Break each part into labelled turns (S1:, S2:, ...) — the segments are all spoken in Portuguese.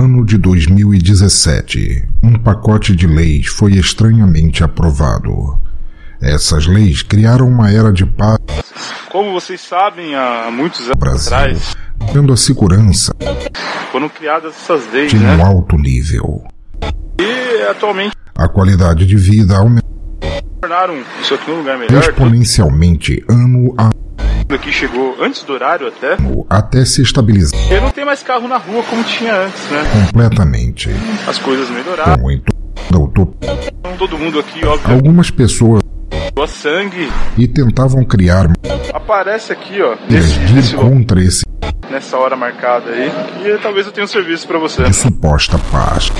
S1: ano de 2017, um pacote de leis foi estranhamente aprovado. Essas leis criaram uma era de paz
S2: Como vocês sabem, há muitos anos
S1: no Brasil,
S2: atrás,
S1: dando a segurança
S2: foram criadas essas leis,
S1: de um
S2: né?
S1: alto nível.
S2: E eh, atualmente
S1: A qualidade de vida aumentou
S2: tornaram isso aqui um lugar melhor. Tudo
S1: exponencialmente ano a
S2: aqui chegou antes do horário até.
S1: ano até se estabilizar
S2: E não tem mais carro na rua como tinha antes, né?
S1: completamente.
S2: As coisas melhoraram.
S1: Como em toda utopia,
S2: Todo mundo aqui, óbvio,
S1: algumas pessoas
S2: doa sangue.
S1: e tentavam criar
S2: Aparece aqui, ó, nesse,
S1: medidas
S2: nesse-
S1: contra esse
S2: nessa hora marcada aí. E talvez eu tenha um serviço pra você.
S1: de suposta paz.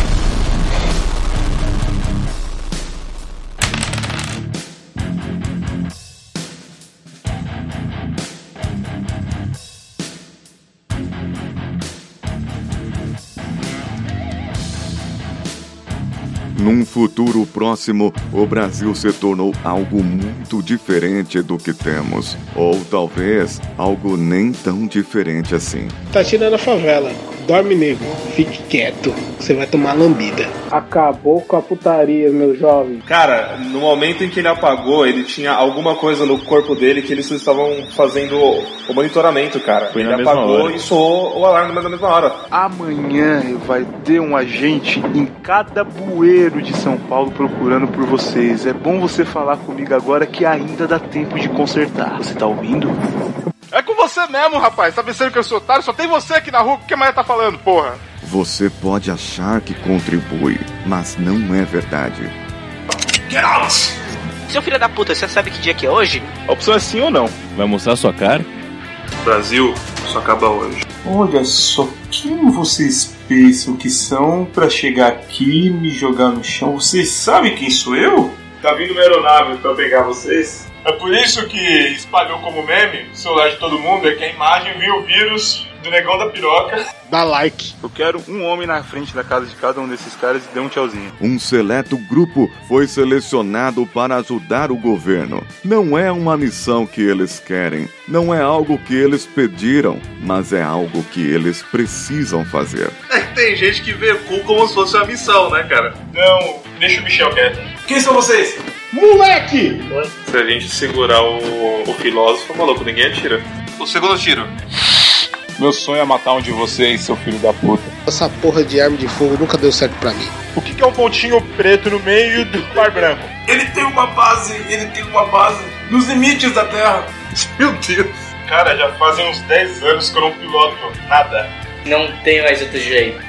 S3: Num futuro próximo, o Brasil se tornou algo muito diferente do que temos, ou talvez algo nem tão diferente assim.
S4: Tá tirando a favela. Dorme, nego. Fique quieto. Você vai tomar lambida.
S5: Acabou com a putaria, meu jovem.
S6: Cara, no momento em que ele apagou, ele tinha alguma coisa no corpo dele que eles estavam fazendo o monitoramento, cara.
S2: Foi na
S6: ele
S2: mesma
S6: apagou
S2: hora.
S6: e soou o alarme mais na mesma hora.
S2: Amanhã vai ter um agente em cada bueiro de São Paulo procurando por vocês. É bom você falar comigo agora que ainda dá tempo de consertar. Você tá ouvindo? É com você mesmo, rapaz. Tá pensando que eu sou otário? Só tem você aqui na rua. O que a Maia tá falando, porra?
S3: Você pode achar que contribui, mas não é verdade.
S7: Seu filho da puta, você sabe que dia que é hoje?
S2: A opção é sim ou não.
S8: Vai mostrar sua cara?
S2: Brasil, só acaba hoje.
S9: Olha só, quem vocês pensam que são pra chegar aqui e me jogar no chão? Vocês sabem quem sou eu?
S6: Tá vindo uma aeronave pra pegar vocês? É por isso que espalhou como meme no celular de todo mundo, é que a imagem viu o vírus do negão da piroca.
S4: Dá like.
S2: Eu quero um homem na frente da casa de cada um desses caras e dê um tchauzinho.
S3: Um seleto grupo foi selecionado para ajudar o governo. Não é uma missão que eles querem, não é algo que eles pediram, mas é algo que eles precisam fazer.
S6: Tem gente É que vê cu como se fosse uma missão, né, cara? Não, deixa o Michel quieto. Quem são vocês?
S4: Moleque!
S6: Se a gente segurar o, o filósofo, maluco, ninguém atira. O segundo tiro.
S9: Meu sonho é matar um de vocês, seu filho da puta.
S4: Essa porra de arma de fogo nunca deu certo pra mim.
S2: O que, que é um pontinho preto no meio do par branco?
S9: Ele tem uma base, ele tem uma base nos limites da Terra. Meu Deus.
S6: Cara, já fazem uns 10 anos que eu não piloto nada.
S7: Não tem mais outro jeito.